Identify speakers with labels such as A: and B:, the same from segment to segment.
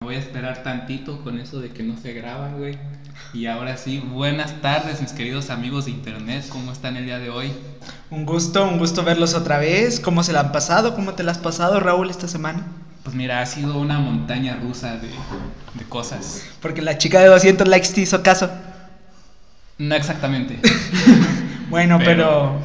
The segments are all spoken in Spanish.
A: voy a esperar tantito con eso de que no se graban, güey. Y ahora sí, buenas tardes, mis queridos amigos de internet. ¿Cómo están el día de hoy?
B: Un gusto, un gusto verlos otra vez. ¿Cómo se la han pasado? ¿Cómo te la has pasado, Raúl, esta semana?
A: Pues mira, ha sido una montaña rusa de, de cosas.
B: Porque la chica de 200 likes te hizo caso.
A: No exactamente.
B: Bueno, pero...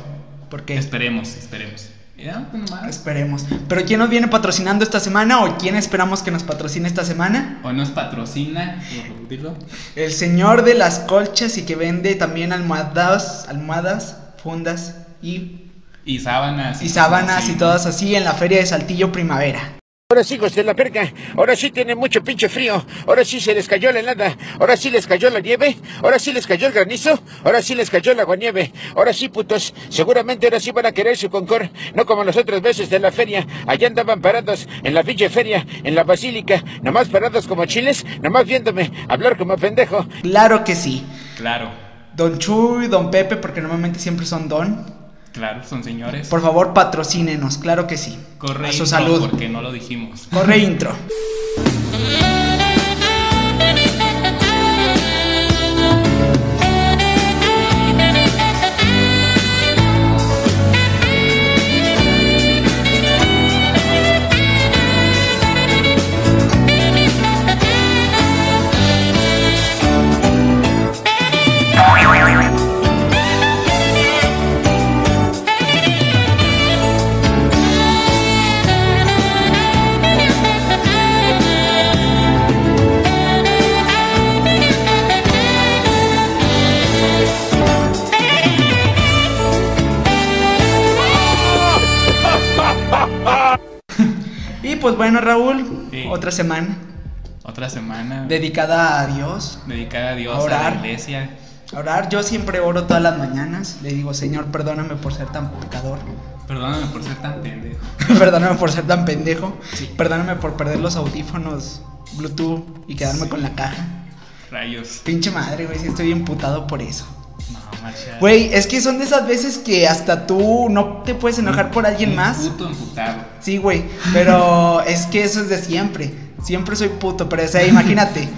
B: ¿Por qué?
A: Esperemos, esperemos. Ya, pues nomás.
B: Esperemos. Pero ¿quién nos viene patrocinando esta semana o quién esperamos que nos patrocine esta semana?
A: O nos patrocina, o- dilo.
B: El señor de las colchas y que vende también almohadas, almohadas, fundas y,
A: Y sábanas.
B: y sábanas
A: cosas
B: y
A: así.
B: todas así en la feria de Saltillo Primavera.
C: Ahora sí, hijos de la perca, ahora sí tiene mucho pinche frío, ahora sí se les cayó la helada, ahora sí les cayó la nieve, ahora sí les cayó el granizo, ahora sí les cayó el aguanieve, ahora sí putos, seguramente ahora sí van a querer su concor, no como las otras veces de la feria, allá andaban parados en la pinche feria, en la basílica, nomás parados como chiles, nomás viéndome hablar como pendejo,
B: Claro que sí.
A: Claro,
B: Don Chuy, Don Pepe, porque normalmente siempre son Don.
A: claro, son señores.
B: Por favor, patrocínenos, claro que sí.
A: Corre
B: A su
A: intro,
B: salud.
A: Porque no lo dijimos.
B: Corre intro. Y pues bueno, Raúl,
A: Sí.
B: otra semana
A: Otra semana
B: dedicada a Dios.
A: dedicada a Dios,
B: A
A: a,
B: orar.
A: la iglesia.
B: A orar, yo siempre oro todas las mañanas. Le digo, Señor, perdóname por ser tan pecador.
A: Perdóname por ser tan pendejo.
B: perdóname por ser tan pendejo.
A: Sí.
B: Perdóname por perder los audífonos Bluetooth y quedarme con la caja.
A: Rayos.
B: Pinche madre, güey, sí estoy imputado por eso.
A: No, marcha.
B: Güey, es que son de esas veces que hasta tú no te puedes
A: Mm.
B: enojar por alguien más.
A: Puto emputado.
B: Sí, güey, pero es que eso es de siempre. Siempre soy puto, pero o sea, imagínate.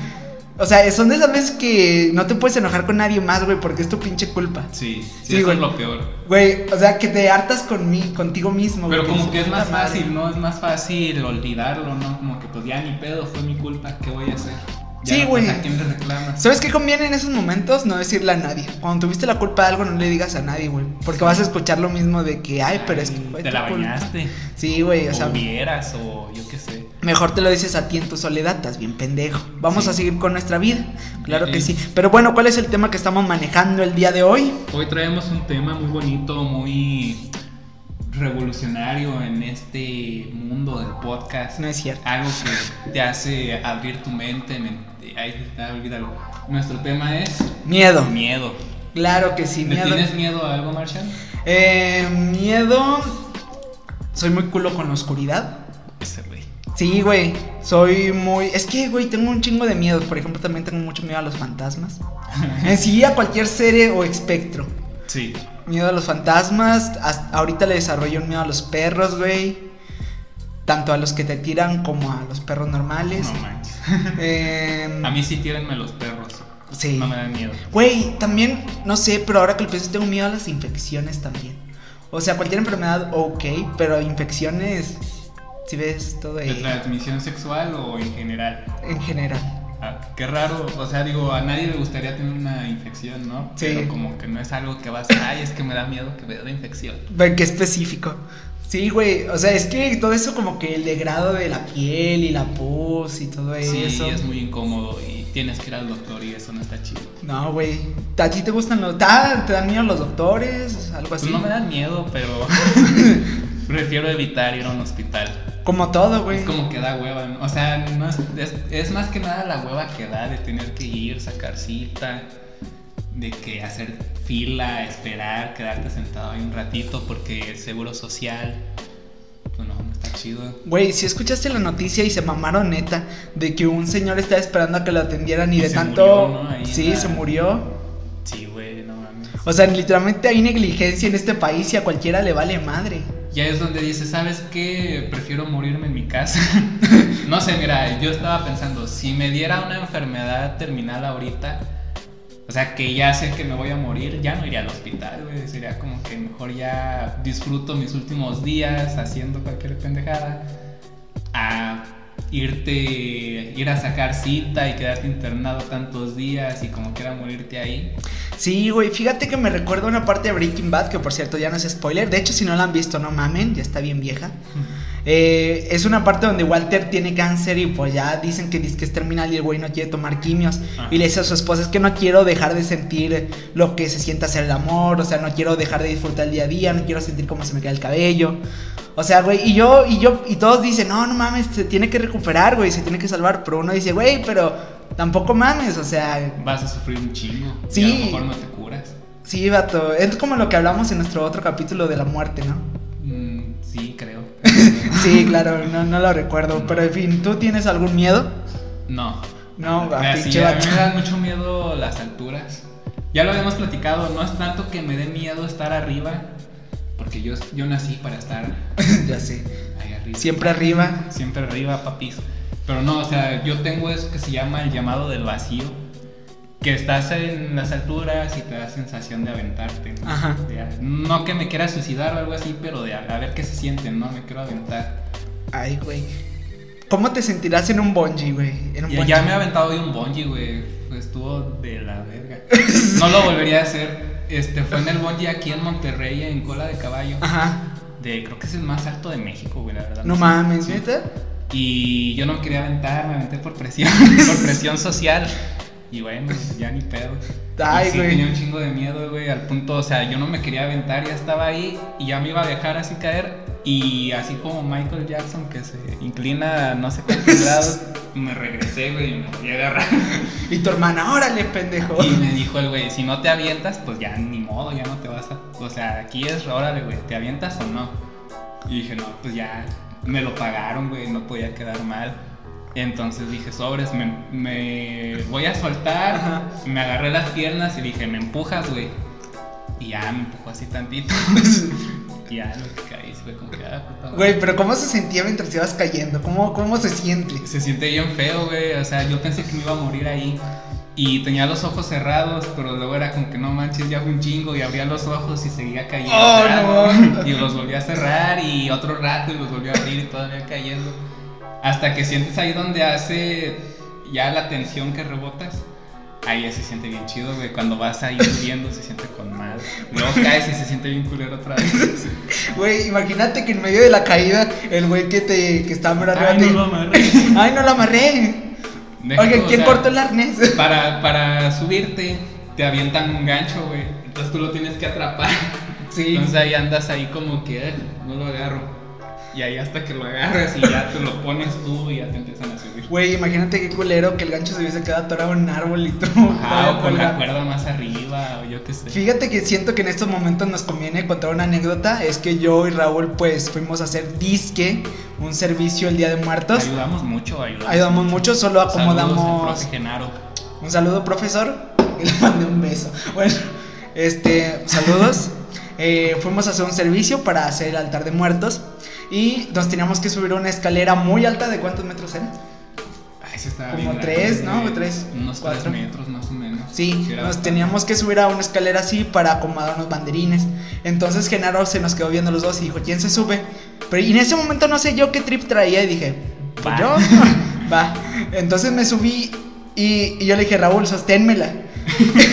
B: O sea, son de esas veces que no te puedes enojar con nadie más, güey, porque es tu pinche culpa.
A: Sí, sí,
B: Sí,
A: eso
B: güey.
A: es lo peor.
B: Güey, o sea, que te hartas con mí, contigo mismo, güey.
A: Pero como que es
B: dices,
A: más
B: "Puta madre".
A: fácil, ¿no? Es más fácil olvidarlo, ¿no? Como que pues ya ni pedo, fue mi culpa, ¿qué voy a hacer? Ya
B: Sí,
A: no,
B: güey.
A: pues, ¿A quién le reclamas?
B: ¿Sabes qué conviene en esos momentos? No decirle a nadie. Cuando tuviste la culpa de algo, no le digas a nadie, güey. Porque vas a escuchar lo mismo de que, ay, pero es que fue
A: Te
B: tu
A: la
B: culpa".
A: bañaste.
B: Sí, güey, o
A: O,
B: sea,
A: vieras, o yo qué sé.
B: mejor te lo dices a ti en tu soledad, estás bien pendejo. Vamos
A: Sí.
B: a seguir con nuestra vida. Claro que
A: Eh.
B: sí. Pero bueno, ¿cuál es el tema que estamos manejando el día de hoy?
A: Hoy traemos un tema muy bonito, muy revolucionario en este mundo del podcast.
B: No es cierto.
A: Algo que te hace abrir tu mente. men- Ahí está, olvídalo. Nuestro tema es
B: Miedo.
A: miedo.
B: Claro que sí,
A: ¿Le
B: miedo.
A: tienes miedo a algo, Marshall?
B: Eh, miedo. Soy muy culo con la oscuridad.
A: Ese güey.
B: Sí, güey. Soy muy. Es que, güey, tengo un chingo de miedos. Por ejemplo, también tengo mucho miedo a los fantasmas. En sí, a cualquier serie o espectro.
A: Sí.
B: Miedo a los fantasmas. Hasta ahorita le desarrollo un miedo a los perros, güey. Tanto a los que te tiran como a los perros normales.
A: No manches.
B: Em,
A: A mí sí tírenme los perros.
B: Sí.
A: No me dan miedo.
B: Güey, también, no sé, pero ahora que lo pienso, tengo miedo a las infecciones también. O sea, cualquier enfermedad, ok, pero infecciones, si ves todo
A: ¿De
B: ahí,
A: transmisión sexual o en general?
B: en general.
A: Ah, qué raro, o sea, digo, a nadie le gustaría tener una infección, ¿no?
B: Sí.
A: Pero como que no es algo que vas a ser, ay, es que me da miedo que me dé una infección.
B: Ve qué específico. Sí, güey, o sea, es que todo eso como que el degrado de la piel y la pus y todo
A: Sí,
B: eso.
A: es muy incómodo y tienes que ir al doctor y eso no está chido.
B: No, güey. ¿A ti te gustan los... ta- ¿Te dan miedo los doctores? Algo
A: Pues
B: así.
A: no me dan miedo, pero prefiero evitar ir a un hospital.
B: Como todo, güey.
A: Es como que da hueva, ¿no? o sea, no es, es- es más que nada la hueva que da de tener que ir, sacar cita, de que hacer fila, esperar, quedarte sentado ahí un ratito porque el seguro social, pues no, no está chido.
B: Güey, si escuchaste la noticia y se mamaron neta de que un señor estaba esperando a que lo atendieran y,
A: Y
B: de
A: se
B: tanto...
A: murió, ¿no? Ahí
B: sí,
A: la-
B: se murió.
A: Sí, güey, no mames.
B: O sea, literalmente hay negligencia en este país y a cualquiera le vale madre.
A: ya es donde dice, ¿sabes qué? Prefiero morirme en mi casa. no sé, mira, yo estaba pensando, si me diera una enfermedad terminal ahorita, o sea, que ya sé que me voy a morir, ya no iría al hospital, güey. Sería como que mejor ya disfruto mis últimos días haciendo cualquier pendejada. A irte, ir a sacar cita y quedarte internado tantos días y como quiera morirte ahí.
B: Sí, güey, fíjate que me recuerda una parte de Breaking Bad, que por cierto ya no es spoiler. De hecho, si no la han visto, no mamen, ya está bien vieja. Eh, es una parte donde Walter tiene cáncer y pues ya dicen que, dice que es terminal y el güey no quiere tomar quimios.
A: Ajá.
B: Y le dice a su esposa, es que no quiero dejar de sentir lo que se siente hacer el amor, o sea, no quiero dejar de disfrutar el día a día, no quiero sentir cómo se me cae el cabello. O sea, güey, y yo, y yo, y todos dicen, no, no mames, se tiene que recuperar, güey, se tiene que salvar. Pero uno dice, güey, pero tampoco mames, o sea,
A: Vas a sufrir un chingo.
B: Sí.
A: Y a lo mejor no te curas.
B: Sí, vato. Es como lo que hablamos en nuestro otro capítulo de la muerte, ¿no?
A: Mm, sí, creo.
B: Sí, claro, no, no lo recuerdo. Pero en fin, ¿tú tienes algún miedo?
A: No.
B: No, va,
A: Mira, sí,
B: pinche
A: a mí
B: vato.
A: me dan mucho miedo las alturas. Ya lo habíamos platicado, no es tanto que me dé miedo estar arriba, porque yo, yo nací para estar
B: ya sé.
A: ahí arriba.
B: Siempre arriba.
A: Siempre arriba, papis. Pero no, o sea, yo tengo eso que se llama el llamado del vacío. Que estás en las alturas y te da sensación de aventarte. ¿no?
B: Ajá.
A: De a- no que me quiera suicidar o algo así, pero de a, a ver qué se siente, ¿no? Me quiero aventar.
B: Ay, güey. ¿Cómo te sentirás en un bungee, güey? En un
A: Ya,
B: bungee.
A: ya me he aventado de un bungee, güey. Estuvo de la verga. No lo volvería a hacer. Este, fue en el bungee aquí en Monterrey, en Cola de Caballo.
B: Ajá.
A: De, creo que es el más alto de México, güey, la verdad.
B: No
A: sé.
B: mames,
A: Sí.
B: ¿neta?
A: Y yo no quería aventar, me aventé por presión, por presión social. Y bueno, ya ni pedo.
B: Ay,
A: y sí,
B: güey.
A: tenía un chingo de miedo, güey, al punto, o sea, yo no me quería aventar, ya estaba ahí y ya me iba a dejar así caer. Y así como Michael Jackson que se inclina a no sé cuántos grados, me regresé, güey, y me volví a agarrar.
B: Y tu hermana, órale, pendejo.
A: Y me dijo el güey, si no te avientas, pues ya ni modo, ya no te vas a... O sea, aquí es, órale, güey, ¿te avientas o no? Y dije, no, pues ya me lo pagaron, güey, no podía quedar mal. Entonces dije, sobres, me, me voy a soltar.
B: Ajá.
A: Me agarré las piernas y dije, me empujas, güey. Y ya me empujó así tantito. y ya lo que caí, se fue como que, ah, puta madre.
B: Güey, pero ¿cómo se sentía mientras ibas cayendo? ¿Cómo, cómo se siente?
A: Se siente bien feo, güey. O sea, yo pensé que me iba a morir ahí. Y tenía los ojos cerrados, pero luego era como que no manches, ya fue un chingo. Y abría los ojos y seguía cayendo.
B: Oh,
A: ¿verdad?
B: no.
A: Y los volví a cerrar y otro rato y los volví a abrir y todavía cayendo. Hasta que sientes ahí donde hace ya la tensión que rebotas. Ahí ya se siente bien chido, güey. Cuando vas ahí subiendo se siente con madre. Luego caes y se siente bien culero otra vez.
B: Güey, imagínate que en medio de la caída, el güey que te que estaba mirando
A: Ay, no
B: arriba te-
A: lo amarré.
B: Ay, no la amarré.
A: Deja
B: Oye,
A: tú, o
B: ¿quién
A: sea,
B: cortó el arnés?
A: Para, para subirte, te avientan un gancho, güey. Entonces tú lo tienes que atrapar.
B: Sí.
A: Entonces ahí andas ahí como que, "Eh, no lo agarro. Y ahí hasta que lo agarras y ya te lo pones tú y ya te empiezan a subir.
B: Güey, imagínate qué culero que el gancho se hubiese quedado atorado en un árbol y tú.
A: Ajá, o
B: todavía
A: con la
B: colgado.
A: cuerda más arriba, o yo qué sé.
B: Fíjate que siento que en estos momentos nos conviene contar una anécdota. Es que yo y Raúl, pues, fuimos a hacer disque, un servicio el Día de Muertos.
A: Ayudamos mucho, ayudamos.
B: Ayudamos mucho, solo acomodamos.
A: Saludos al profe Genaro.
B: Un saludo, profesor. Y le mandé un beso. Bueno, este, saludos. Eh, fuimos a hacer un servicio para hacer el altar de muertos. Y nos teníamos que subir una escalera muy alta. ¿De cuántos metros era?
A: Ay, Ah, ese estaba
B: Como
A: bien
B: tres,
A: grande,
B: ¿no?
A: güey.
B: tres,
A: Unos
B: cuatro.
A: tres metros más o menos.
B: Sí,
A: era
B: nos
A: bastante.
B: teníamos que subir a una escalera así para acomodar unos banderines. Entonces Genaro se nos quedó viendo los dos y dijo, ¿quién se sube? Pero y en ese momento no sé yo qué trip traía y dije,
A: Va.
B: pues yo, va. Entonces me subí y, y yo le dije, Raúl, sosténmela.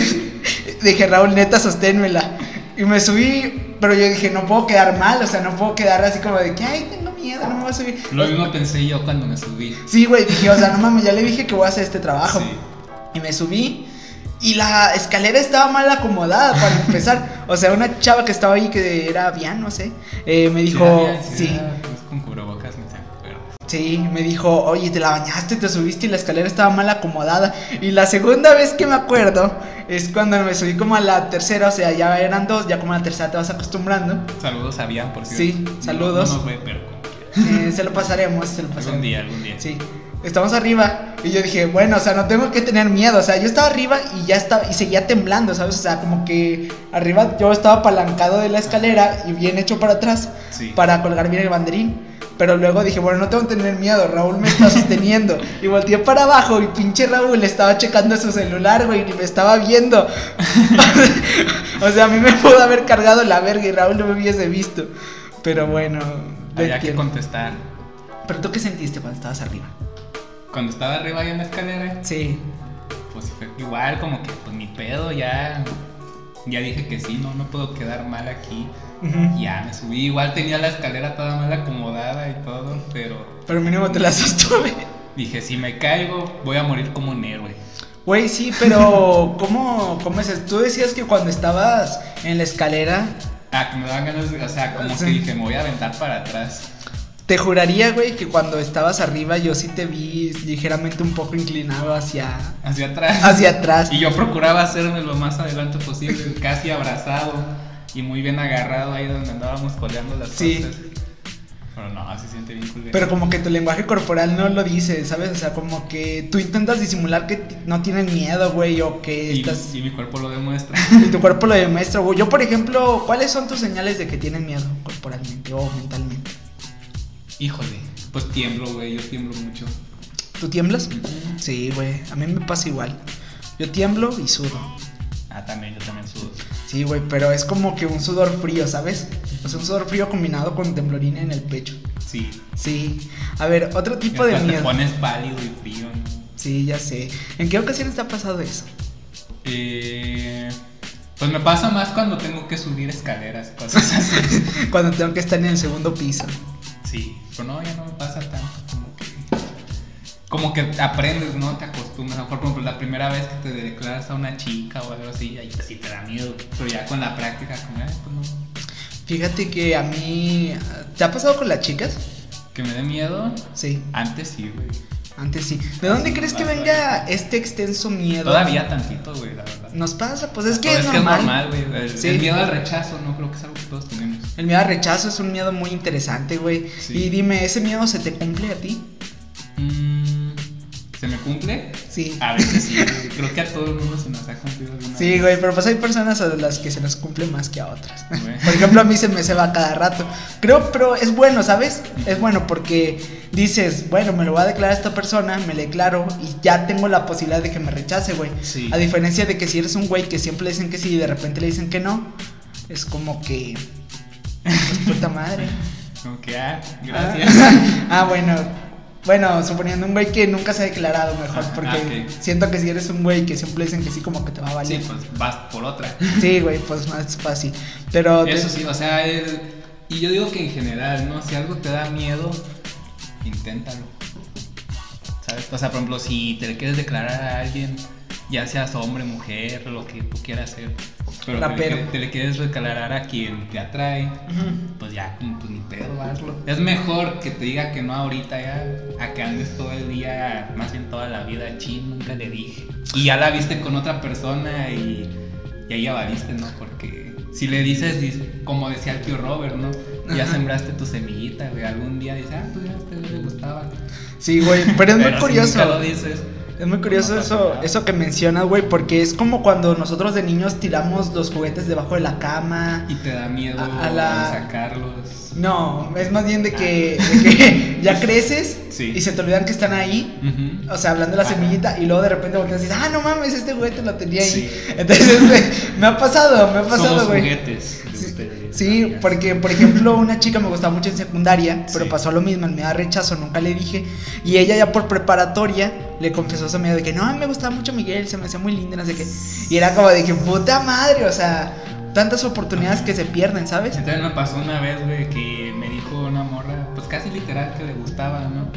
B: dije, Raúl, neta, sosténmela. Y me subí, pero yo dije, no puedo quedar mal, o sea, no puedo quedar así como de que, ay, tengo miedo, no me voy a subir.
A: Lo mismo pensé yo cuando me subí.
B: Sí, güey, dije, o sea, no mames, ya le dije que voy a hacer este trabajo.
A: Sí.
B: Y me subí y la escalera estaba mal acomodada para empezar. O sea, una chava que estaba ahí que era Bian, no sé, eh, me dijo,
A: Sí, había-
B: sí,
A: era, pues, con cubrebocas, no te acuerdas.
B: sí, me dijo, oye, te la bañaste, te subiste y la escalera estaba mal acomodada. Y la segunda vez que me acuerdo es cuando me subí como a la tercera, o sea, ya eran dos, ya como a la tercera te vas acostumbrando.
A: Saludos a Bian, por cierto.
B: Sí,
A: No-
B: saludos.
A: No, nos ve, pero como quiera.
B: Eh, se lo pasaremos, se lo
A: algún
B: pasaremos.
A: día, algún día.
B: Sí. Estamos arriba. Y yo dije, bueno, o sea, no tengo que tener miedo. O sea, yo estaba arriba y ya estaba, y seguía temblando, ¿sabes? O sea, como que arriba yo estaba apalancado de la escalera y bien hecho para atrás
A: Sí.
B: para colgar bien el banderín. Pero luego dije, bueno, no tengo que tener miedo, Raúl me está sosteniendo. Y volteé para abajo y pinche Raúl estaba checando su celular, güey, y me estaba viendo. o sea, a mí me pudo haber cargado la verga y Raúl no me hubiese visto. Pero bueno, lo
A: Había que
B: entiendo.
A: contestar.
B: Pero tú qué sentiste cuando estabas arriba?
A: Cuando estaba arriba ahí en la escalera,
B: Sí,
A: pues fue igual, como que pues mi pedo ya. Ya dije que sí, no, no puedo quedar mal aquí.
B: Ujú.
A: Ya me subí, igual tenía la escalera toda mal acomodada y todo, pero
B: pero mínimo te la sostuve.
A: dije, si me caigo, voy a morir como un héroe.
B: Güey, sí, pero ¿cómo, cómo es? eso? Tú decías que cuando estabas en la escalera,
A: Ah, que me daban ganas, de- o sea, como
B: Sí.
A: que dije, me voy a aventar para atrás.
B: te juraría, güey, que cuando estabas arriba yo sí te vi ligeramente un poco inclinado hacia,
A: Hacia atrás.
B: hacia atrás.
A: Y yo procuraba hacerme lo más adelante posible, casi abrazado y muy bien agarrado ahí donde andábamos coleando las
B: Sí.
A: cosas. Pero no, se siente bien culero.
B: Pero como que tu lenguaje corporal no lo dice, ¿sabes? O sea, como que tú intentas disimular que t- no tienes miedo, güey, o que
A: y,
B: estás...
A: y mi cuerpo lo demuestra.
B: Y tu cuerpo lo demuestra, güey. Yo, por ejemplo, ¿cuáles son tus señales de que tienes miedo corporalmente o mentalmente?
A: Híjole, pues tiemblo, güey, yo tiemblo mucho.
B: ¿Tú tiemblas? Sí, güey. A mí me pasa igual. Yo tiemblo y sudo.
A: Ah, también, yo también sudo.
B: Sí, güey, pero es como que un sudor frío, ¿sabes? O sea, un sudor frío combinado con temblorina en el pecho.
A: Sí.
B: Sí. A ver, otro tipo de
A: Hasta te
B: miedo.
A: pones pálido y frío. ¿no?
B: Sí, ya sé. ¿En qué ocasiones te ha pasado eso?
A: Eh, pues me pasa más cuando tengo que subir escaleras, cosas así.
B: Cuando tengo que estar en el segundo piso.
A: Sí, pero no, ya no me pasa tanto. Como que, como que aprendes, ¿no? Te acostumbras. A lo mejor, por ejemplo, la primera vez que te declaras a una chica o algo así, ahí sí te da miedo. Pero ya con la práctica, como, "Ay, pues no".
B: Fíjate que a mí... ¿Te ha pasado con las chicas?
A: Que me dé miedo.
B: Sí,
A: Antes sí, güey.
B: antes sí. ¿De dónde crees que venga este extenso miedo?
A: Todavía tantito, güey, la verdad.
B: Nos pasa, pues es que
A: Pero
B: es,
A: que es
B: normal.
A: normal, güey. El,
B: Sí.
A: el miedo al rechazo, no creo que es algo que todos tenemos.
B: El miedo al rechazo es un miedo muy interesante, güey.
A: Sí.
B: Y dime, ¿ese miedo se te cumple a ti?
A: Mm, ¿Se me cumple?
B: Sí.
A: A veces sí, güey. Creo que a todo el mundo se nos ha cumplido alguna
B: Sí,
A: vez.
B: güey, pero pues hay personas a las que se nos cumple más que a otras.
A: Güey.
B: Por ejemplo, a mí se me se va cada rato. Creo, pero es bueno, ¿sabes? Es bueno porque dices, bueno, me lo va a declarar esta persona, me le declaro y ya tengo la posibilidad de que me rechace, güey.
A: Sí.
B: A diferencia de que si eres un güey que siempre le dicen que sí y de repente le dicen que no, es como que... pues, puta madre.
A: Como que, ah,
B: Ah,
A: gracias.
B: Ah, bueno. Bueno, suponiendo un güey que nunca se ha declarado mejor,
A: Ah,
B: porque
A: ok.
B: siento que si eres un güey que siempre le dicen que sí, como que te va a valer.
A: Sí, pues vas por otra.
B: Sí, güey, pues más fácil. Pero te-
A: Eso sí, o sea, el- y yo digo que en general, ¿no? Si algo te da miedo, inténtalo. ¿Sabes? O sea, por ejemplo, si te le quieres declarar a alguien, ya seas hombre, mujer, lo que tú quieras ser, pero te le,
B: Rapero.
A: quieres- te le quieres declarar a quien te atrae,
B: Ujú.
A: pues ya, como tú ni pedo, hazlo. Es mejor que te diga que no ahorita ya, a que andes todo el día, más bien toda la vida, chin, nunca le dije. Y ya la viste con otra persona y, y ahí ya valiste, ¿no? Porque si le dices, dices, como decía el tío Robert, ¿no? Ya
B: Ajá.
A: sembraste tu semillita, güey. Algún día dices, ah, pues ya a este güey le gustaba.
B: Sí, güey, pero es muy
A: si
B: curioso.
A: nunca lo dices.
B: Es muy curioso
A: No pasa
B: eso,
A: nada.
B: eso que mencionas, güey, porque es como cuando nosotros de niños tiramos los juguetes debajo de la cama.
A: Y te da miedo
B: A- a la-
A: sacarlos.
B: No, es más bien de que, de que ya creces
A: Sí.
B: y se te olvidan que están ahí.
A: Ujú.
B: O sea, hablando de la
A: Ajá.
B: semillita y luego de repente volteas y dices, ah, no mames, este juguete lo tenía ahí.
A: Sí.
B: Entonces, güey, me ha pasado, me ha pasado,
A: Somos
B: güey.
A: juguetes de
B: Sí,
A: ustedes. Ah,
B: Sí,
A: amigas.
B: porque por ejemplo una chica me gustaba mucho en secundaria, pero
A: Sí.
B: pasó lo mismo, me da rechazo, nunca le dije. Y ella ya por preparatoria le confesó a su amiga de que no, me gustaba mucho Miguel, se me hacía muy lindo, no sé qué. Y era como de que puta madre, o sea, tantas oportunidades que se pierden, ¿sabes?
A: Entonces me pasó una vez, güey, que me dijo una morra, pues casi literal que le gustaba, ¿no?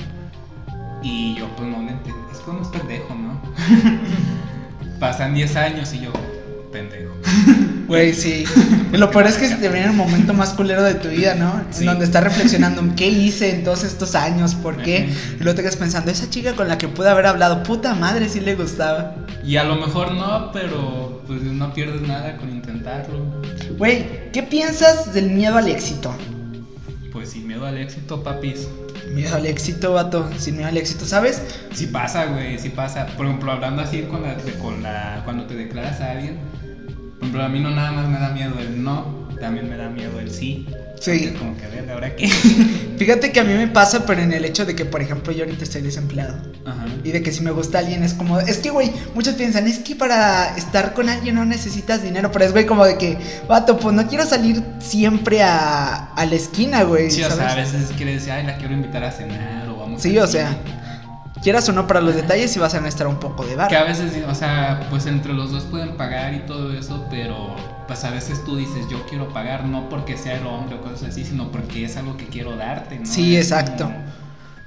A: Y yo, pues no le entendí. Es como es pendejo, ¿no? Pasan 10 años y yo, pendejo.
B: Güey, sí. Y Lo peor es que te viene el momento más culero de tu vida, ¿no?
A: Sí.
B: En donde estás reflexionando, ¿qué hice en todos estos años? ¿Por qué?
A: Ujú.
B: Y luego te quedas pensando, esa chica con la que pude haber hablado, puta madre, sí le gustaba.
A: Y a lo mejor no, pero pues no pierdes nada con intentarlo.
B: Güey, ¿qué piensas del miedo al éxito?
A: Pues sin miedo al éxito, papis.
B: Miedo al éxito, vato. Sin miedo al éxito, ¿sabes?
A: Sí pasa, güey, sí pasa. Por ejemplo, hablando así con la, de- con la, cuando te declaras a alguien, por ejemplo, a mí no nada más me da miedo el no, también me da miedo el sí. Es
B: Sí.
A: como que, verga, ¿ahora qué?
B: Fíjate que a mí me pasa, pero en el hecho de que, por ejemplo, yo ahorita estoy desempleado.
A: Ajá.
B: Y de que si me gusta alguien es como, es que, güey, muchos piensan, es que para estar con alguien no necesitas dinero, pero es, güey, como de que, vato, pues no quiero salir siempre a, a la esquina, güey.
A: Sí, o sea, a
B: ¿sabes?
A: veces quiere decir, ay, la quiero invitar a cenar o vamos
B: Sí,
A: al
B: o
A: cine".
B: sea, Quieras o no para los detalles, si vas a necesitar un poco de
A: Que
B: bar.
A: a veces, o sea, pues entre los dos pueden pagar y todo eso, pero pues a veces tú dices, yo quiero pagar, no porque sea el hombre o cosas así, sino porque es algo que quiero darte, ¿no?
B: Sí,
A: Es
B: exacto.
A: Como,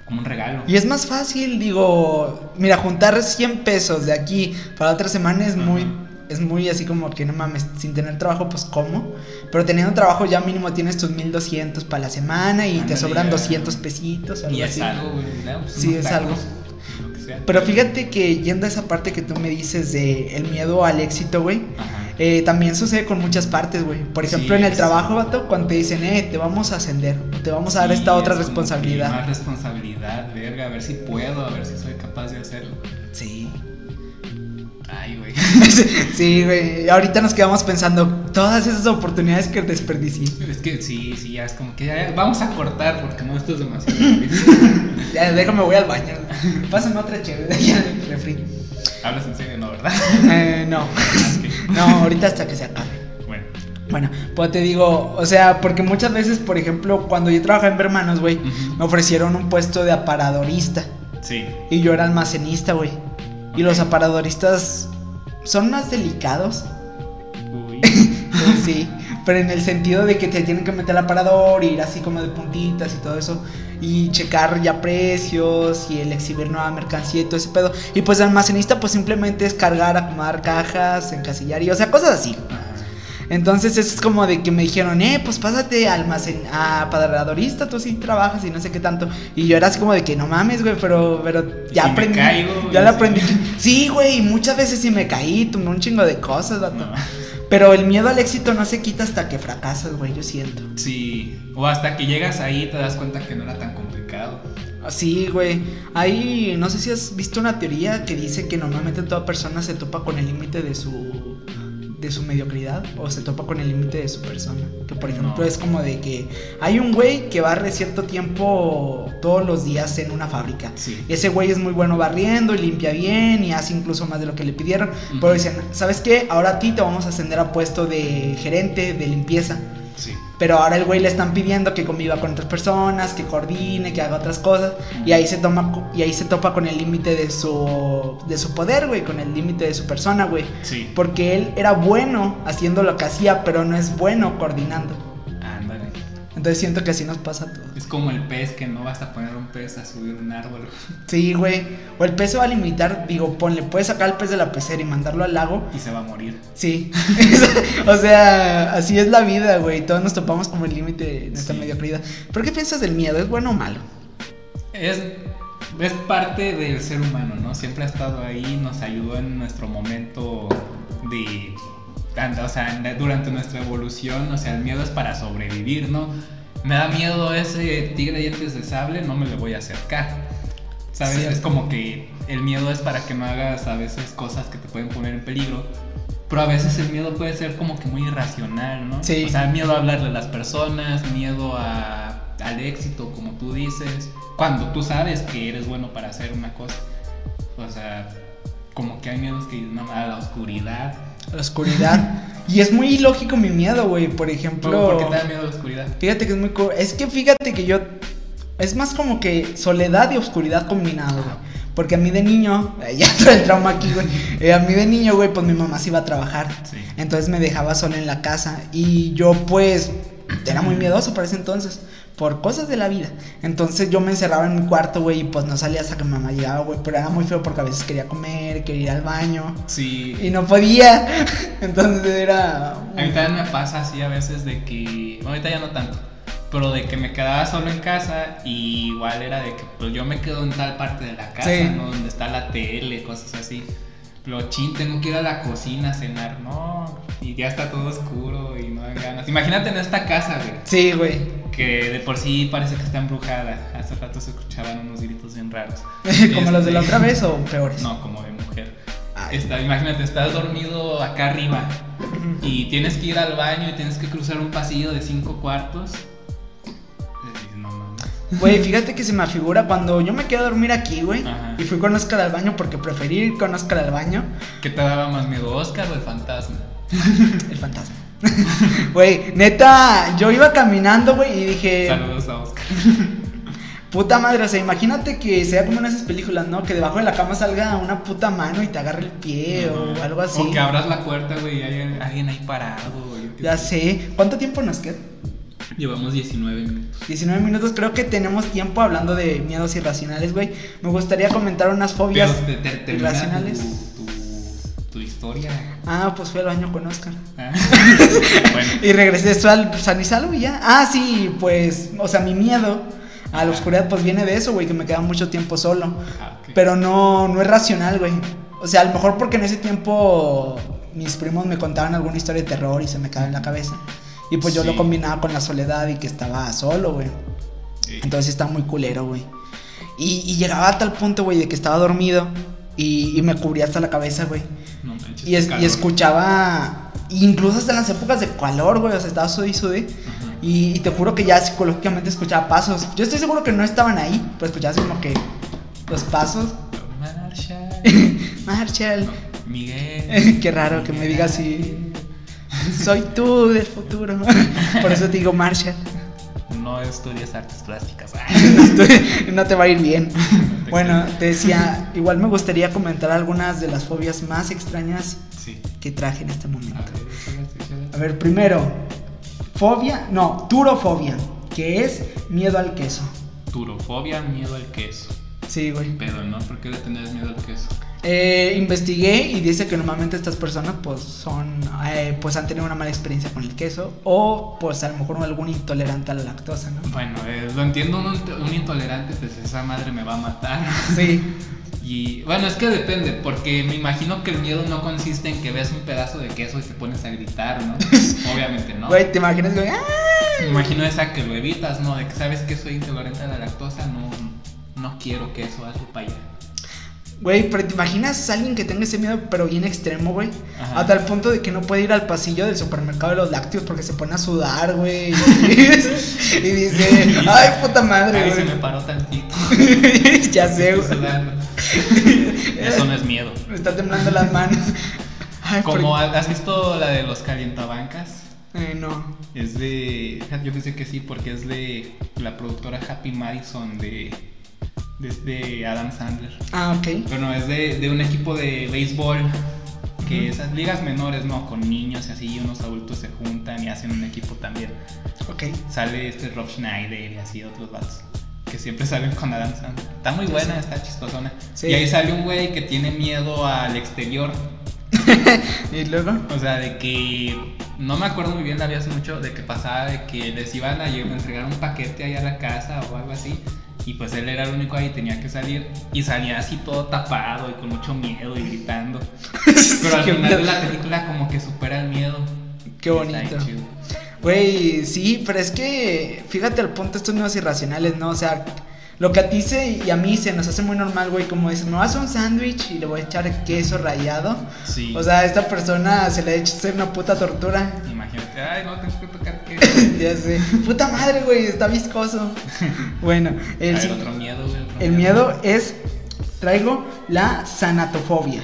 A: como un regalo.
B: Y es más fácil, digo, mira, juntar 100 pesos de aquí para otra semana es muy,
A: Ajá.
B: es muy así como que no mames, sin tener trabajo, pues cómo. Pero teniendo trabajo ya mínimo tienes tus 1200 para la semana y te
A: Ándale,
B: sobran
A: ya.
B: 200 pesitos o algo
A: Y es
B: así.
A: algo, güey, ¿no? Pues
B: Sí,
A: unos
B: es
A: tacos,
B: algo.
A: lo que sea.
B: Pero fíjate que yendo a esa parte que tú me dices de el miedo al éxito, güey.
A: Ajá.
B: eh, también sucede con muchas partes, güey. Por ejemplo,
A: Sí,
B: en el
A: es-
B: trabajo, vato, cuando te dicen, eh, te vamos a ascender, o te vamos a dar
A: Sí,
B: esta
A: es
B: otra
A: como que Más
B: responsabilidad.
A: responsabilidad, verga, a ver si puedo, a ver si soy capaz de hacerlo.
B: Sí.
A: Ay, güey.
B: sí, güey. Ahorita nos quedamos pensando todas esas oportunidades que desperdicié.
A: Es que sí, sí, ya es como que ya, vamos a cortar porque no, esto es demasiado. güey.
B: Ya, déjame, voy al baño. Pásame otra chévere de allá del refri.
A: Hablas en serio, no, ¿verdad?
B: Eh, no. No, ahorita hasta que se acabe.
A: Bueno.
B: Bueno, pues te digo, o sea, porque muchas veces, por ejemplo, cuando yo trabajaba en Bermanos, güey,
A: Ujú.
B: me ofrecieron un puesto de aparadorista
A: Sí.
B: y yo era almacenista, güey. Y los aparadoristas son más delicados,
A: Uy.
B: pues, sí, pero en el sentido de que te tienen que meter al aparador, ir así como de puntitas y todo eso, y checar ya precios y el exhibir nueva mercancía y todo ese pedo. Y pues almacenista, pues simplemente es cargar, acomodar cajas, encasillar y, o sea, cosas así.
A: Ajá.
B: Entonces eso es como de que me dijeron, eh, pues pásate a almacén, a padradorista, tú sí trabajas y no sé qué tanto. Y yo era así como de que no mames, güey, pero, pero
A: Y
B: ya
A: si me
B: aprendí.
A: caigo,
B: ya
A: y
B: la
A: si-
B: aprendí. Sí, güey, y muchas veces sí me caí, tomé un chingo de cosas, vato.
A: No.
B: Pero el miedo al éxito no se quita hasta que fracasas, güey, yo siento.
A: Sí. O hasta que llegas ahí te das cuenta que no era tan complicado.
B: Sí, güey. Ahí, no sé si has visto una teoría que dice que normalmente toda persona se topa con el límite de su de su mediocridad o se topa con el límite de su persona. Que por ejemplo
A: No.
B: es como de que hay un güey que barre cierto tiempo todos los días en una fábrica.
A: Sí.
B: Ese güey es muy bueno barriendo y limpia bien y hace incluso más de lo que le pidieron.
A: Ujú.
B: Pero dicen, ¿sabes qué? Ahora a ti te vamos a ascender a puesto de gerente de limpieza.
A: Sí.
B: Pero ahora el güey le están pidiendo que conviva con otras personas, que coordine, que haga otras cosas. Y ahí se toma co- y ahí se topa con el límite de su de su poder, güey, con el límite de su persona, güey.
A: Sí.
B: Porque él era bueno haciendo lo que hacía, pero no es bueno coordinando.
A: Ándale.
B: Entonces siento que así nos pasa a todos.
A: Es como el pez que no vas a poner un pez a subir un árbol.
B: Sí, güey. O el pez se va a limitar, digo, ponle, puedes sacar al pez de la pecera y mandarlo al lago.
A: Y se va a morir.
B: Sí. o sea, así es la vida, güey. Todos nos topamos como el límite de nuestra
A: Sí.
B: mediocridad. ¿Pero qué piensas del miedo? ¿Es bueno o malo?
A: Es, es parte del ser humano, ¿no? Siempre ha estado ahí, nos ayudó en nuestro momento de... tanto, o sea, en- durante nuestra evolución, o sea, el miedo es para sobrevivir, ¿no? Me da miedo ese tigre de dientes de sable, no me le voy a acercar. ¿Sabes?
B: Cierto.
A: Es como que el miedo es para que no hagas a veces cosas que te pueden poner en peligro. Pero a veces el miedo puede ser como que muy irracional, ¿no?
B: Sí.
A: O sea, miedo a hablarle a las personas, miedo a- al éxito, como tú dices. Cuando tú sabes que eres bueno para hacer una cosa. O sea, como que hay miedos que no, a la oscuridad.
B: La oscuridad. y es muy ilógico mi miedo, güey. Por ejemplo.
A: ¿Por qué te da miedo a la oscuridad?
B: Fíjate que es muy. co- Es que fíjate que yo. Es más como que soledad y oscuridad combinado, güey. Porque a mí de niño. eh, Ya trae el trauma aquí, güey. eh, a mí de niño, güey, pues mi mamá se iba a trabajar.
A: Sí.
B: Entonces me dejaba sola en la casa. Y yo, pues. Era muy miedoso para ese entonces. Por cosas de la vida. Entonces yo me encerraba en mi cuarto, güey. Y pues no salía hasta que mi mamá llegaba, güey. Pero era muy feo porque a veces quería comer, quería ir al baño.
A: Sí.
B: Y no podía. Entonces era.
A: A mí también me pasa así a veces de que, bueno, ahorita ya no tanto, pero de que me quedaba solo en casa y igual era de que pues yo me quedo en tal parte de la casa,
B: Sí.
A: ¿no? Donde está la tele, cosas así. Lo chin, tengo que ir a la cocina a cenar, no. Y ya está todo oscuro y no hay ganas. Imagínate en esta casa, güey.
B: Sí, güey.
A: Que de por sí parece que está embrujada. Hace rato se escuchaban unos gritos bien raros.
B: Como los de la
A: Este,
B: otra vez o peores.
A: No, como de mujer.
B: Ay.
A: Está, imagínate, estás dormido acá arriba y tienes que ir al baño y tienes que cruzar un pasillo de cinco cuartos. Y Eh, No mames.
B: Güey, fíjate que se me afigura cuando yo me quedé a dormir aquí, güey.
A: Ajá.
B: Y fui con Oscar al baño porque preferí ir con Oscar al baño.
A: ¿Qué te daba más miedo, Oscar o el fantasma?
B: El fantasma. Güey, neta, yo iba caminando, güey, y dije,
A: Saludos a Oscar.
B: puta madre, o sea, imagínate que sea como en esas películas, ¿no? Que debajo de la cama salga una puta mano y te agarre el pie eh, o
A: Ajá.
B: algo así.
A: O que abras la puerta, güey, y hay alguien ahí parado. güey.
B: Ya sé. ¿Cuánto tiempo nos queda?
A: Llevamos 19 minutos.
B: 19 minutos, creo que tenemos tiempo hablando de miedos irracionales, güey. Me gustaría comentar unas
A: Pero
B: fobias
A: te, te- termina
B: irracionales.
A: Tu, tu- tu historia.
B: Ah, pues fui al baño con Oscar.
A: Ah. bueno,
B: Y regresé esto al San y salvo y ya. Ah, sí, pues, o sea, mi miedo a la oscuridad pues viene de eso, güey, que me quedaba mucho tiempo solo.
A: ah, ok.
B: Pero no, no es racional, güey. O sea, a lo mejor porque en ese tiempo mis primos me contaban alguna historia de terror y se me quedaba en la cabeza. Y pues yo
A: Sí.
B: lo combinaba con la soledad y que estaba solo, güey.
A: Eh,
B: Entonces está muy culero, güey. Y, y llegaba a tal punto, güey, de que estaba dormido y, y me cubría hasta la cabeza, güey.
A: no manches,
B: Y, es-
A: calor.
B: y escuchaba, incluso hasta en las épocas de calor, güey, o sea, estaba sudé y sudé.
A: Ajá.
B: Y, y te juro que ya psicológicamente escuchaba pasos. Yo estoy seguro que no estaban ahí, pero escuchabas como que los pasos.
A: Marshall.
B: Marshall,
A: Miguel.
B: Qué raro que me diga así. soy tú del futuro. Por eso te digo Marshall.
A: No estudias artes plásticas.
B: no te va a ir bien.
A: te
B: Bueno, te decía, igual me gustaría comentar algunas de las fobias más extrañas
A: Sí.
B: que traje en este
A: A
B: momento.
A: ver, échalas, échalas.
B: A ver, primero, fobia, no, turofobia, que es miedo al queso.
A: Turofobia, miedo al queso.
B: Sí, güey.
A: Pero no, ¿por qué le tendrías miedo al queso?
B: Eh, investigué y dice que normalmente estas personas pues son, eh, pues han tenido una mala experiencia con el queso o pues a lo mejor algún intolerante a la lactosa, ¿no?
A: Bueno, eh, lo entiendo, un, un intolerante, pues esa madre me va a matar.
B: Sí,
A: Y bueno, es que depende, porque me imagino que el miedo no consiste en que veas un pedazo de queso y te pones a gritar, ¿no? Obviamente no.
B: güey, te imaginas, güey, ¡ah!
A: Me imagino esa que lo evitas, ¿no? De que sabes que soy intolerante a la lactosa, no, no quiero queso, hazlo para allá.
B: Güey, pero te imaginas a alguien que tenga ese miedo, pero bien extremo, güey.
A: Ajá.
B: A tal punto de que no puede ir al pasillo del supermercado de los lácteos porque se pone a sudar, güey. y dice, ay, puta madre,
A: Ay, se me
B: güey.
A: paró tantito.
B: ya sé,
A: Estoy
B: güey.
A: sudando. Eso no es miedo.
B: Me está temblando las manos. Ay, por-
A: Como has visto la de los calientabancas,
B: Ay, no.
A: es de. Yo pensé que sí, porque es de la productora Happy Madison de. de, de Adam Sandler.
B: Ah, ok.
A: Pero no, es de, de un equipo de béisbol. Que esas ligas menores, no, con niños y así, y unos adultos se juntan y hacen un equipo también.
B: Ok.
A: Sale este Rob Schneider y así otros vatos que siempre salen con Adam Sandler. Está muy buena, está chistosona.
B: Sí.
A: Y ahí sale un güey que tiene miedo al exterior.
B: ¿Y luego?
A: O sea, de que no me acuerdo muy bien, la vi hace mucho, de que pasaba de que les iban a lle- entregar un paquete ahí a la casa o algo así. Y pues él era el único ahí, tenía que salir. Y salía así todo tapado y con mucho miedo y gritando. Pero al
B: Qué
A: final
B: miedo.
A: de la película como que supera el miedo.
B: Qué
A: Y está bien
B: bonito.
A: chido.
B: Güey, sí, pero es que fíjate al punto estos miedos irracionales, ¿no? O sea, lo que a ti se, y a mí se nos hace muy normal, güey, como dices, me vas a un sándwich y le voy a echar queso rallado.
A: Sí.
B: O sea, a esta persona se le ha hecho hacer una puta tortura.
A: Imagínate, ay, no, tengo que tocar que...
B: ya sé. Puta madre, güey, está viscoso. Bueno,
A: El,
B: el, sí-
A: otro miedo, güey, otro
B: el miedo es, traigo la sanatofobia.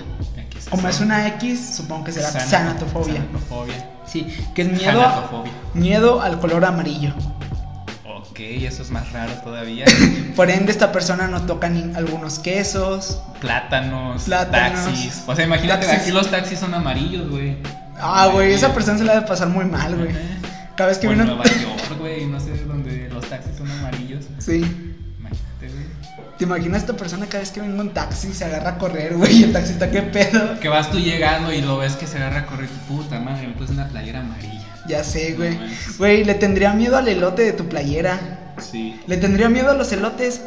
A: ¿Qué es
B: Como
A: eso?
B: es una X, supongo que será
A: Sana-
B: sanatofobia.
A: Sanatofobia.
B: Sí, que es miedo, a-
A: Sanatofobia.
B: miedo al color amarillo.
A: Ok, eso es más raro todavía.
B: Por ende, esta persona no toca ni algunos quesos.
A: Plátanos,
B: Plátanos.
A: taxis. O sea, imagínate,
B: Taxis.
A: aquí los taxis son amarillos, güey.
B: Ah, güey, esa persona se la debe pasar muy mal, güey.
A: Ajá.
B: Cada vez que
A: O en
B: viene.
A: Nueva York, güey, no sé dónde los taxis son amarillos.
B: Sí.
A: Imagínate, güey.
B: ¿Te imaginas esta persona cada vez que venga un taxi se agarra a correr, güey? Y el taxista, ¿qué pedo?
A: Que vas tú llegando y lo ves que se agarra a correr. Puta madre, me puse una playera amarilla.
B: Ya sé,
A: No
B: güey.
A: manches.
B: Güey, le tendría miedo al elote de tu playera.
A: Sí.
B: Le tendría miedo a los elotes.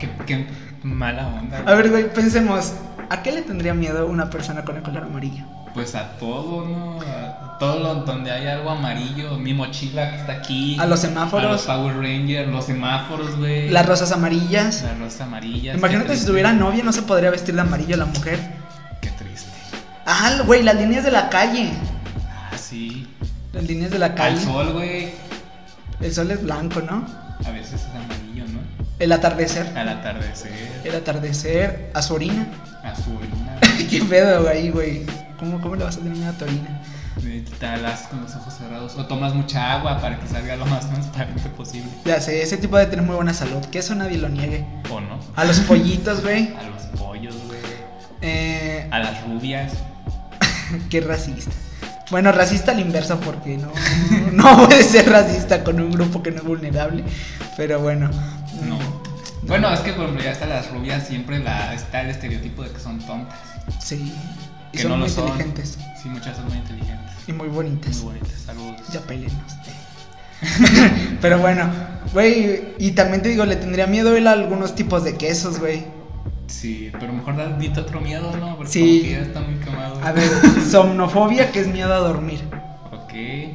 A: Qué, qué mala onda.
B: A ver, güey, pensemos. ¿A qué le tendría miedo una persona con el color amarillo?
A: Pues a todo, ¿no? A todo lo- donde hay algo amarillo. Mi mochila que está aquí.
B: A los
A: A los
B: semáforos,
A: Power Rangers, los semáforos, güey.
B: las rosas amarillas.
A: Las rosas amarillas.
B: Imagínate
A: Qué
B: si
A: triste,
B: tuviera novia, no se podría vestir de amarillo la mujer.
A: Qué triste.
B: Ah, güey, las líneas de la calle.
A: Ah, sí.
B: Las líneas de la
A: Al
B: calle.
A: sol, güey.
B: El sol es blanco, ¿no?
A: A veces es amarillo, ¿no?
B: El atardecer.
A: Al atardecer.
B: El atardecer a su orina.
A: A su orina.
B: Qué pedo ahí, güey. ¿Cómo, ¿Cómo le vas a tener miedo a tu orina?
A: güey. Te talas con los ojos cerrados. O tomas mucha agua para que salga lo más transparente posible.
B: Ya sé, ese tipo de tener muy buena salud. Que eso nadie lo niegue.
A: ¿O no?
B: A los pollitos, güey.
A: A los pollos, güey.
B: Eh,
A: A las rubias.
B: qué racista. Bueno, racista al inverso porque no, no puede ser racista con un grupo que no es vulnerable. Pero bueno.
A: No.
B: Mm.
A: Bueno, es que por ejemplo, ya hasta las rubias siempre la, está el estereotipo de que son tontas.
B: Sí. Y
A: Que
B: son
A: no
B: muy
A: lo son.
B: inteligentes.
A: Sí, muchas son muy inteligentes.
B: Y muy
A: Muy
B: bonitas.
A: bonitas. Saludos.
B: Ya pelenos. Pero bueno, güey. Y también te digo, le tendría miedo él a algunos tipos de quesos, güey.
A: Sí, pero mejor da- dite otro miedo, ¿no? Porque
B: Sí.
A: como que ya está muy quemado.
B: A ver, somnofobia, que es miedo a dormir.
A: Ok.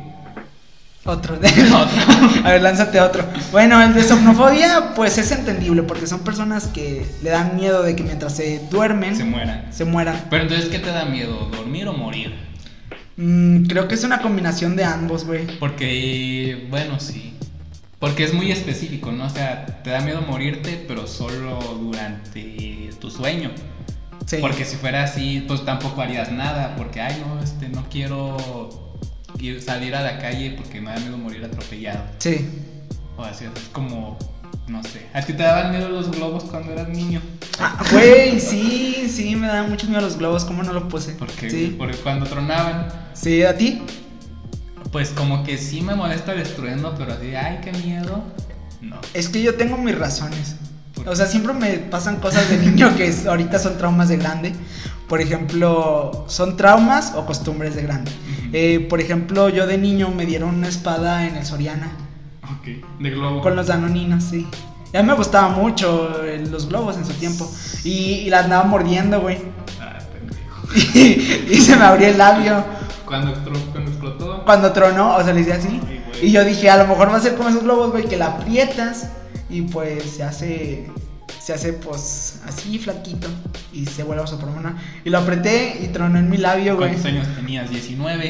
B: Otro de A ver, lánzate otro. Bueno, el de somnofobia, pues es entendible, porque son personas que le dan miedo de que mientras se duermen
A: Se
B: se,
A: mueran.
B: mueran.
A: Pero entonces, ¿qué te da miedo? ¿Dormir o morir?
B: Mm, creo que es una combinación de ambos, güey.
A: Porque, bueno, sí. Porque es muy específico, ¿no? O sea, te da miedo morirte, pero solo durante tu sueño.
B: Sí.
A: Porque si fuera así, pues tampoco harías nada, porque, ay, no, este, no quiero ir- salir a la calle porque me da miedo morir atropellado.
B: Sí.
A: O así, es como, no sé. ¿A ti te daban miedo los globos cuando eras niño?
B: Ah, Güey, sí, sí, me dan mucho miedo los globos, ¿cómo no lo puse?
A: Porque,
B: Sí.
A: porque cuando tronaban,
B: Sí, ¿a ti?
A: pues como que sí me molesta el estruendo, pero así, ay, qué miedo. No.
B: Es que yo tengo mis razones.
A: ¿Por
B: O sea, siempre me pasan cosas de niño que es- ahorita son traumas de grande. Por ejemplo, son traumas o costumbres de grande.
A: Ujú.
B: Eh, por ejemplo, yo de niño me dieron una espada en el Soriana
A: Ok, de globo.
B: con los danoninos, sí. Ya me gustaba mucho eh, los globos en su tiempo. Y, y la andaba mordiendo, güey.
A: Ah, pendejo.
B: Y, y se me abrió el labio.
A: Cuando, extro- cuando explotó.
B: Cuando tronó, o sea, le hice así.
A: Ay, güey.
B: Y yo dije, a lo mejor va a ser como esos globos, güey, que la aprietas y pues se hace, se hace pues así flaquito y se vuelve a su hormona. Y lo apreté y tronó en mi labio, güey.
A: ¿Cuántos años tenías? 19.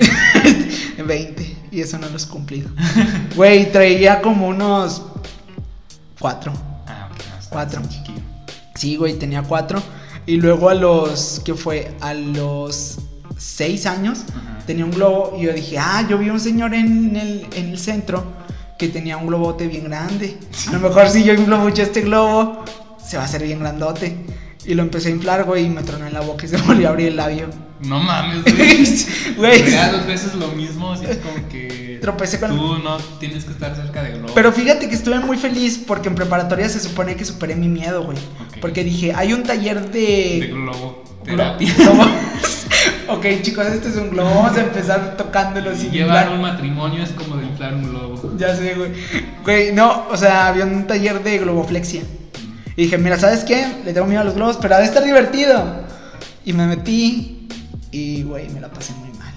B: 20. Y eso no lo he cumplido. Güey, traía como unos 4.
A: ah, ok, no, estabas
B: Cuatro.
A: muy chiquillo.
B: Sí, güey, tenía 4. Y luego a los, ¿qué fue? A los 6 años
A: Ajá.
B: tenía un globo y yo dije, ah, yo vi un señor en el, en el centro que tenía un globote bien grande. A lo mejor si yo inflo mucho este globo, se va a hacer bien grandote. Y lo empecé a inflar, güey, y me tronó en la boca y se volvió a abrir el labio.
A: No mames, güey.
B: Güey,
A: Real, dos veces lo mismo, así es como que.
B: tropecé con...
A: Tú no tienes que estar cerca de Globo.
B: Pero fíjate que estuve muy feliz porque en preparatoria se supone que superé mi miedo, güey.
A: Ok.
B: Porque dije, hay un taller
A: De
B: de...
A: Globo. Terapia.
B: Globos. ok, chicos, este es un globo. Vamos a empezar tocándolo sin
A: Llevar
B: inflar.
A: un matrimonio es como de inflar un globo.
B: Ya sé, güey. Güey, no, o sea, había un taller de globoflexia. Y dije, mira, ¿sabes qué? Le tengo miedo a los globos, pero ha de estar divertido. Y me metí y, güey, me la pasé muy mal.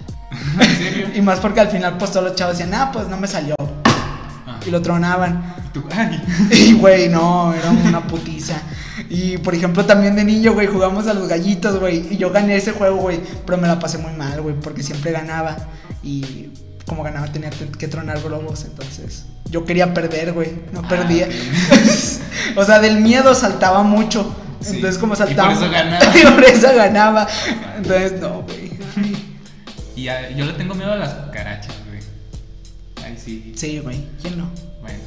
A: ¿En serio?
B: Y más porque al final, pues todos los chavos decían, ah, pues no me salió.
A: Ah,
B: Y lo tronaban.
A: tú, ay.
B: Y, güey, no, era una putiza. Y, por ejemplo, también de niño, güey, jugamos a los gallitos, güey. Y yo gané ese juego, güey, pero me la pasé muy mal, güey, porque siempre ganaba. Y como ganaba tenía te- que tronar globos, entonces yo quería perder, güey, no
A: Ah,
B: perdía.
A: ok.
B: o sea, del miedo saltaba mucho.
A: Sí,
B: Entonces, como
A: y por
B: saltaba...
A: eso ganaba.
B: y por eso ganaba. Entonces, no, güey.
A: Y a- yo le tengo miedo a las cucarachas, güey. Ay, sí.
B: Sí, güey, ¿quién no?
A: Bueno,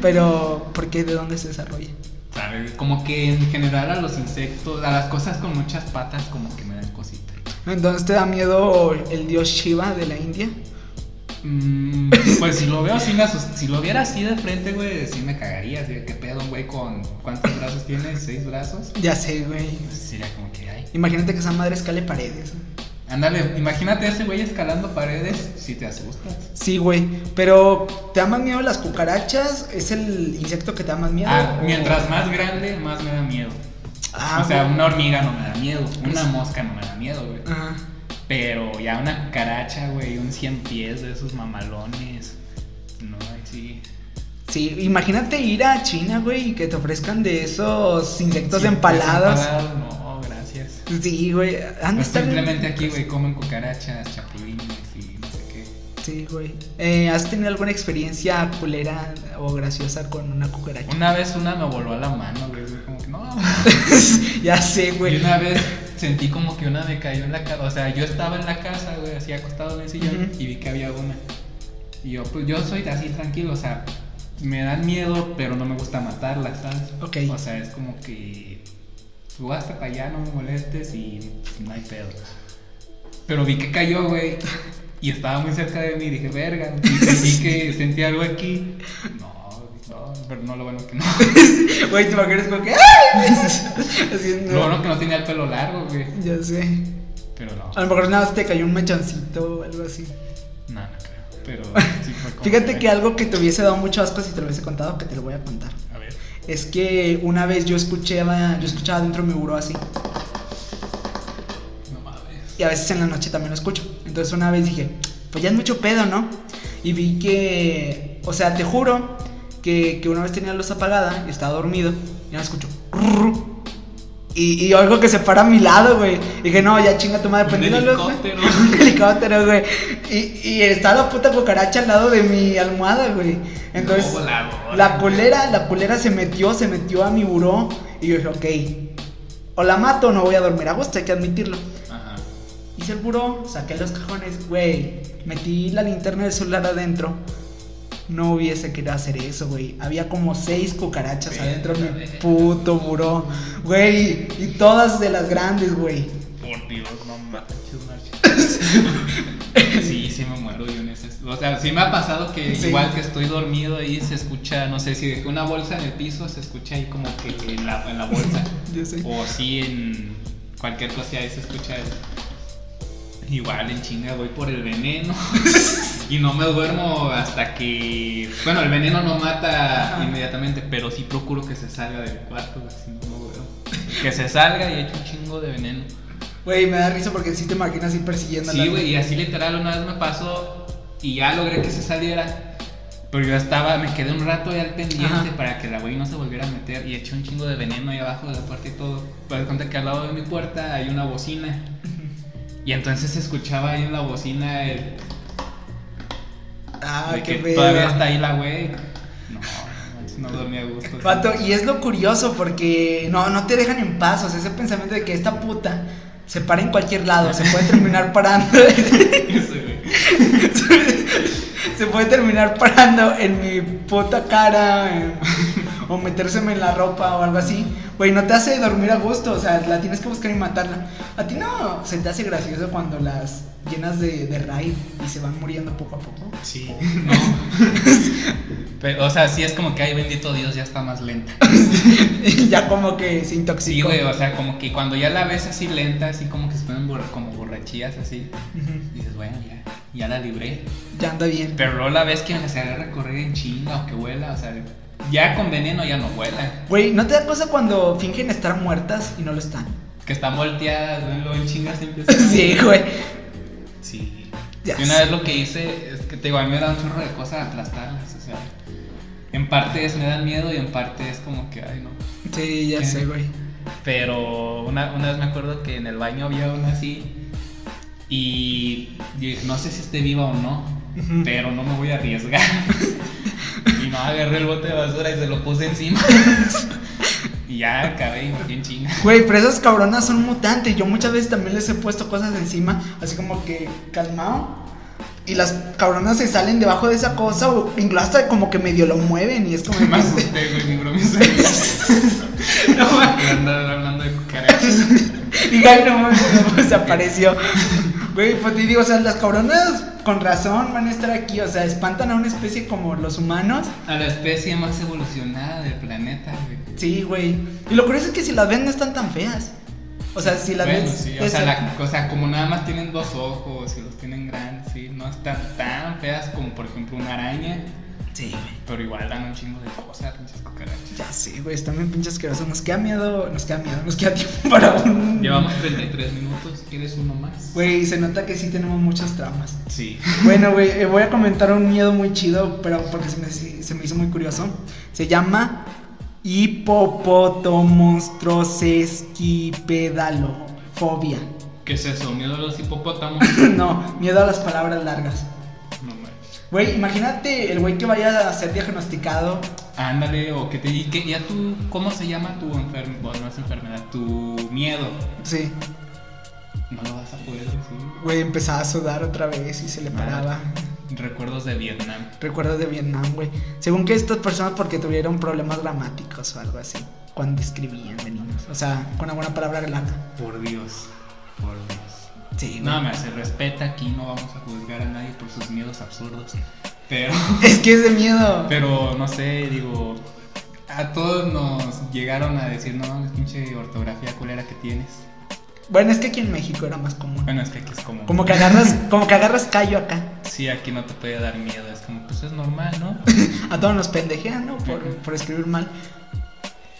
B: Pero, ¿por qué? ¿De dónde se desarrolla?
A: ¿sabes? Como que en general a los insectos, a las cosas con muchas patas, como que me dan cositas.
B: Entonces, ¿te da miedo el dios Shiva de la India?
A: Mm, pues si lo veo así, me asus- si lo viera así de frente, güey, sí me cagaría. Así de, ¿Qué pedo, güey? ¿Con cuántos brazos tiene? ¿Seis brazos?
B: Ya sé, güey.
A: Pues sería como que, ay.
B: Imagínate que esa madre escale paredes.
A: Ándale, imagínate a ese güey escalando paredes si te asustas.
B: Sí, güey. Pero, ¿te da más miedo las cucarachas? ¿Es el insecto que te da más miedo?
A: Ah,
B: ¿O-
A: mientras más grande, más me da miedo.
B: Ah,
A: o sea,
B: güey. Ah.
A: una hormiga no me da miedo, una
B: Pues-
A: mosca no me da miedo, güey.
B: Ajá.
A: Pero ya una cucaracha, güey, un cien pies de esos mamalones. No, ahí sí.
B: Sí, imagínate ir a China, güey, y que te ofrezcan de esos insectos
A: Cien pies
B: empalados.
A: empalados, pues, No, gracias.
B: Sí, güey. han de
A: Pues
B: estar-
A: simplemente aquí, güey, comen cucarachas, chapulines y no sé qué.
B: Sí, güey. Eh, ¿Has tenido alguna experiencia culera o graciosa con una cucaracha?
A: Una vez una me voló a la mano, güey, fue como que no.
B: ya sé,
A: Y
B: güey.
A: una vez sentí como que una me cayó en la casa. O sea, yo estaba en la casa, güey, así acostado en el sillón
B: Ujú.
A: y vi que había una. Y yo, pues yo soy así tranquilo, o sea, me dan miedo, pero no me gusta matarla, ¿sabes?
B: Ok.
A: O sea, es como que tú hasta para allá, no me molestes y no hay pedo. Pero vi que cayó, güey. Y estaba muy cerca de mí y dije, verga. Y sentí que sentí algo aquí. No, no, pero no lo bueno es que no.
B: Güey, te imaginas como que. ¡Ay! Así es,
A: Lo
B: no.
A: bueno es que no tenía el pelo largo, güey.
B: Ya sé.
A: Pero no.
B: A lo mejor nada más te cayó un mechoncito o algo así.
A: No, no creo. Pero sí fue como
B: Fíjate que algo que te hubiese dado mucho asco si te lo hubiese contado, que te lo voy a contar.
A: A ver.
B: Es que una vez yo escuchaba, yo escuchaba dentro de mi buró así.
A: No mames.
B: Y a veces en la noche también lo escucho. Entonces una vez dije, pues ya es mucho pedo, ¿no? Y vi que, o sea, te juro que, que una vez tenía la luz apagada y estaba dormido y no escucho. "Rrrr". Y, y algo que se para a mi lado, güey. Y dije, no, ya chinga tu madre,
A: Un
B: prendí la luz. güey".
A: helicóptero.
B: Un helicóptero, güey. Y, y está la puta cucaracha al lado de mi almohada, güey. Entonces,
A: No, voladora,
B: la
A: güey.
B: culera, la culera se metió, se metió a mi buró. Y yo dije, ok, o la mato o no voy a dormir a gusto, hay que admitirlo.
A: Ajá.
B: Hice el buró, saqué los cajones, güey. Metí la linterna del celular adentro. No hubiese querido hacer eso, güey. Había como seis cucarachas
A: Verga,
B: adentro de mi
A: verga.
B: puto buró. Güey, y todas de las grandes, güey.
A: Por Dios, no manches, Sí, sí me muero yo en ese. O sea, sí me ha pasado que
B: Sí.
A: igual que estoy dormido ahí se escucha, no sé, si dejé una bolsa en el piso, se escucha ahí como que en la, en la bolsa.
B: Yo sé.
A: o sí en cualquier cosa ahí se escucha eso. Igual en chinga voy por el veneno. y no me duermo hasta que. Bueno, el veneno no mata
B: Ajá.
A: inmediatamente, pero sí procuro que se salga del cuarto, así no me duermo. Que se salga y eche un chingo de veneno.
B: Güey, me da risa porque si te imaginas ir persiguiendo
A: Sí, güey, y así literal una vez me pasó y ya logré que se saliera. Pero yo estaba, me quedé un rato ahí al pendiente
B: Ajá.
A: para que la güey no se volviera a meter y eché un chingo de veneno ahí abajo de la puerta y todo. Para cuenta que al lado de mi puerta hay una bocina. Y entonces se escuchaba ahí en la bocina el.
B: Ah,
A: de
B: qué
A: que
B: pedo.
A: todavía está ahí la güey. No, no, no dormí a gusto.
B: Vato, y es lo curioso porque no, no te dejan en paz. O sea, ese pensamiento de que esta puta se para en cualquier lado, se puede terminar parando.
A: Eso, güey.
B: se puede terminar parando en mi puta cara en- o metérseme en la ropa o algo así. Güey, no te hace dormir a gusto, o sea, la tienes que buscar y matarla. A ti no, se te hace gracioso cuando las llenas de, de raid y se van muriendo poco a poco.
A: Sí, no. Pero, o sea, sí es como que, ay, bendito Dios, ya está más lenta.
B: y ya como que se intoxicó.
A: Sí, güey, o sea, como que cuando ya la ves así lenta, así como que se ponen borra- como borrachillas, así,
B: Ujú,
A: dices, bueno, ya, ya la libré.
B: Ya anda bien.
A: Pero luego la ves que se agarra a correr en chinga o que vuela, o sea, ya con veneno ya no vuela.
B: Güey, ¿no te da cosa cuando fingen estar muertas y no lo están?
A: Que están volteadas, güey, luego en chinga se empieza.
B: sí, güey.
A: Sí.
B: Ya
A: Y una
B: sé.
A: vez lo que hice es que te digo, a mí me da un chorro de cosas aplastarlas, o sea. En parte es me dan miedo y en parte es como que, ay, no.
B: Sí, ya
A: ¿Qué?
B: sé, güey.
A: Pero una, una vez me acuerdo que en el baño había una así. Y yo dije, no sé si esté viva o no,
B: Ujú.
A: pero no me voy a arriesgar. y no agarré el bote de basura y se lo puse encima. y ya acabé y me fui en chinga.
B: Güey, pero esas cabronas son mutantes. Yo muchas veces también les he puesto cosas encima, así como que calmado. Y las cabronas se salen debajo de esa cosa, o incluso hasta como que medio lo mueven. Y es como.
A: Me asusté, güey, mi broma es- No, me andaba hablando de cucarachas.
B: y ay, no mames, pues apareció. Güey, pues te digo, o sea, las cabronas con razón van a estar aquí. O sea, espantan a una especie como los humanos.
A: A la especie más evolucionada del planeta, güey.
B: Sí, güey. Y lo curioso es que si las ven no están tan feas. O sea, si las
A: Bueno,
B: ven.
A: sí, o sea, la- o sea, como nada más tienen dos ojos y los tienen grandes, sí, no están tan feas como por ejemplo una araña
B: Sí, güey.
A: Pero igual dan un chingo de cosas, pinches cucarachas.
B: Ya sé, güey, están bien pinches asquerosos. Nos queda miedo, nos queda miedo, nos queda tiempo para un.
A: Llevamos 33 minutos, ¿quieres uno más?
B: Güey, se nota que sí tenemos muchas tramas.
A: Sí.
B: Bueno, güey, eh, voy a comentar un miedo muy chido, pero porque se me, se me hizo muy curioso. Se llama hipopotomonstroesquipedalofobia.
A: ¿Qué es eso? ¿Miedo a los hipopótamos?
B: no, miedo a las palabras largas.
A: No manches.
B: Güey, imagínate el güey que vaya a ser diagnosticado.
A: Ándale, o que te. Y que ya tú. ¿Cómo se llama tu enfermedad? Bueno, no es enfermedad, tu miedo.
B: Sí,
A: No lo vas a poder decir.
B: güey, empezaba a sudar otra vez y se le paraba.
A: Recuerdos de Vietnam.
B: Recuerdos de Vietnam, güey. Según que estas personas porque tuvieron problemas gramáticos o algo así. Cuando escribían de niños. O sea, con alguna palabra larga.
A: Por Dios. Por Dios.
B: Sí,
A: Nada más, se respeta. Aquí no vamos a juzgar a nadie por sus miedos absurdos. Pero.
B: Es que es de miedo.
A: Pero no sé, digo. A todos nos llegaron a decir, no mames, pinche ortografía culera que tienes.
B: Bueno, es que aquí en México era más común.
A: Bueno, es que aquí es como.
B: Como que agarras, como que agarras callo acá.
A: Sí, aquí no te puede dar miedo. Es como, pues es normal, ¿no?
B: A todos nos pendejean, ¿no? Por, por escribir mal.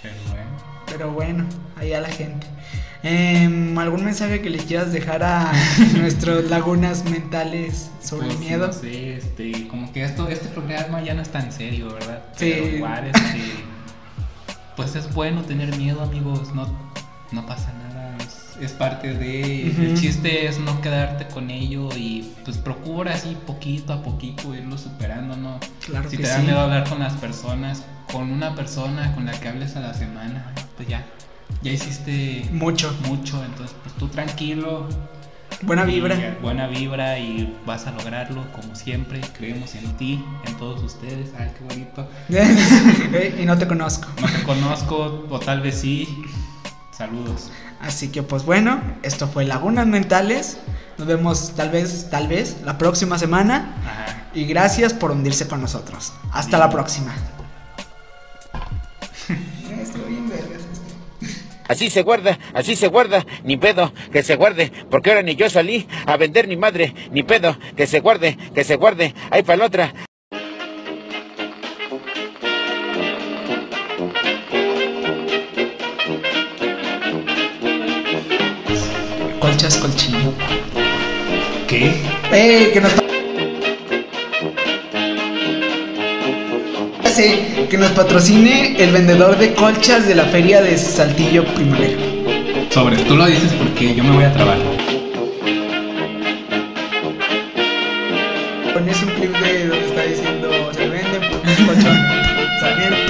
A: Pero bueno.
B: Pero bueno, ahí a la gente. Em, ¿Algún mensaje que les quieras dejar a nuestros lagunas mentales sobre
A: Pues,
B: el miedo?
A: No sé, este, como que esto, este programa ya no es tan serio, ¿verdad?
B: Sí.
A: Pero igual, este, pues es bueno tener miedo, amigos, no, no pasa nada, es, es parte de,
B: Ujú.
A: el chiste es no quedarte con ello y pues procura así poquito a poquito irlo superando, ¿no?
B: Claro
A: si
B: que
A: te da
B: sí.
A: miedo hablar con las personas, con una persona con la que hables a la semana, pues ya, ya hiciste
B: Mucho.
A: mucho, entonces pues tú tranquilo,
B: Buena
A: y,
B: vibra.
A: eh, buena vibra y vas a lograrlo como siempre. Creemos en ti, en todos ustedes. Ay, qué bonito.
B: Eh, y no te conozco.
A: No te conozco, o tal vez sí. Saludos.
B: Así que pues bueno, esto fue Lagunas Mentales. Nos vemos tal vez, tal vez, la próxima semana.
A: Ajá.
B: Y gracias por hundirse con nosotros. Hasta la próxima. este.
C: Así se guarda, así se guarda, ni pedo, que se guarde, porque ahora ni yo salí a vender ni madre, ni pedo, que se guarde, que se guarde, ahí para la otra.
B: Colchas colchillo.
A: ¿Qué?
B: ¡Ey! Que nos pa- Sí, que nos patrocine el vendedor de colchas de la feria de Saltillo Primavera.
A: Sobre, tú lo dices porque yo me voy a trabajar.
B: Pones un clip de donde está diciendo se venden colchones. Salieron.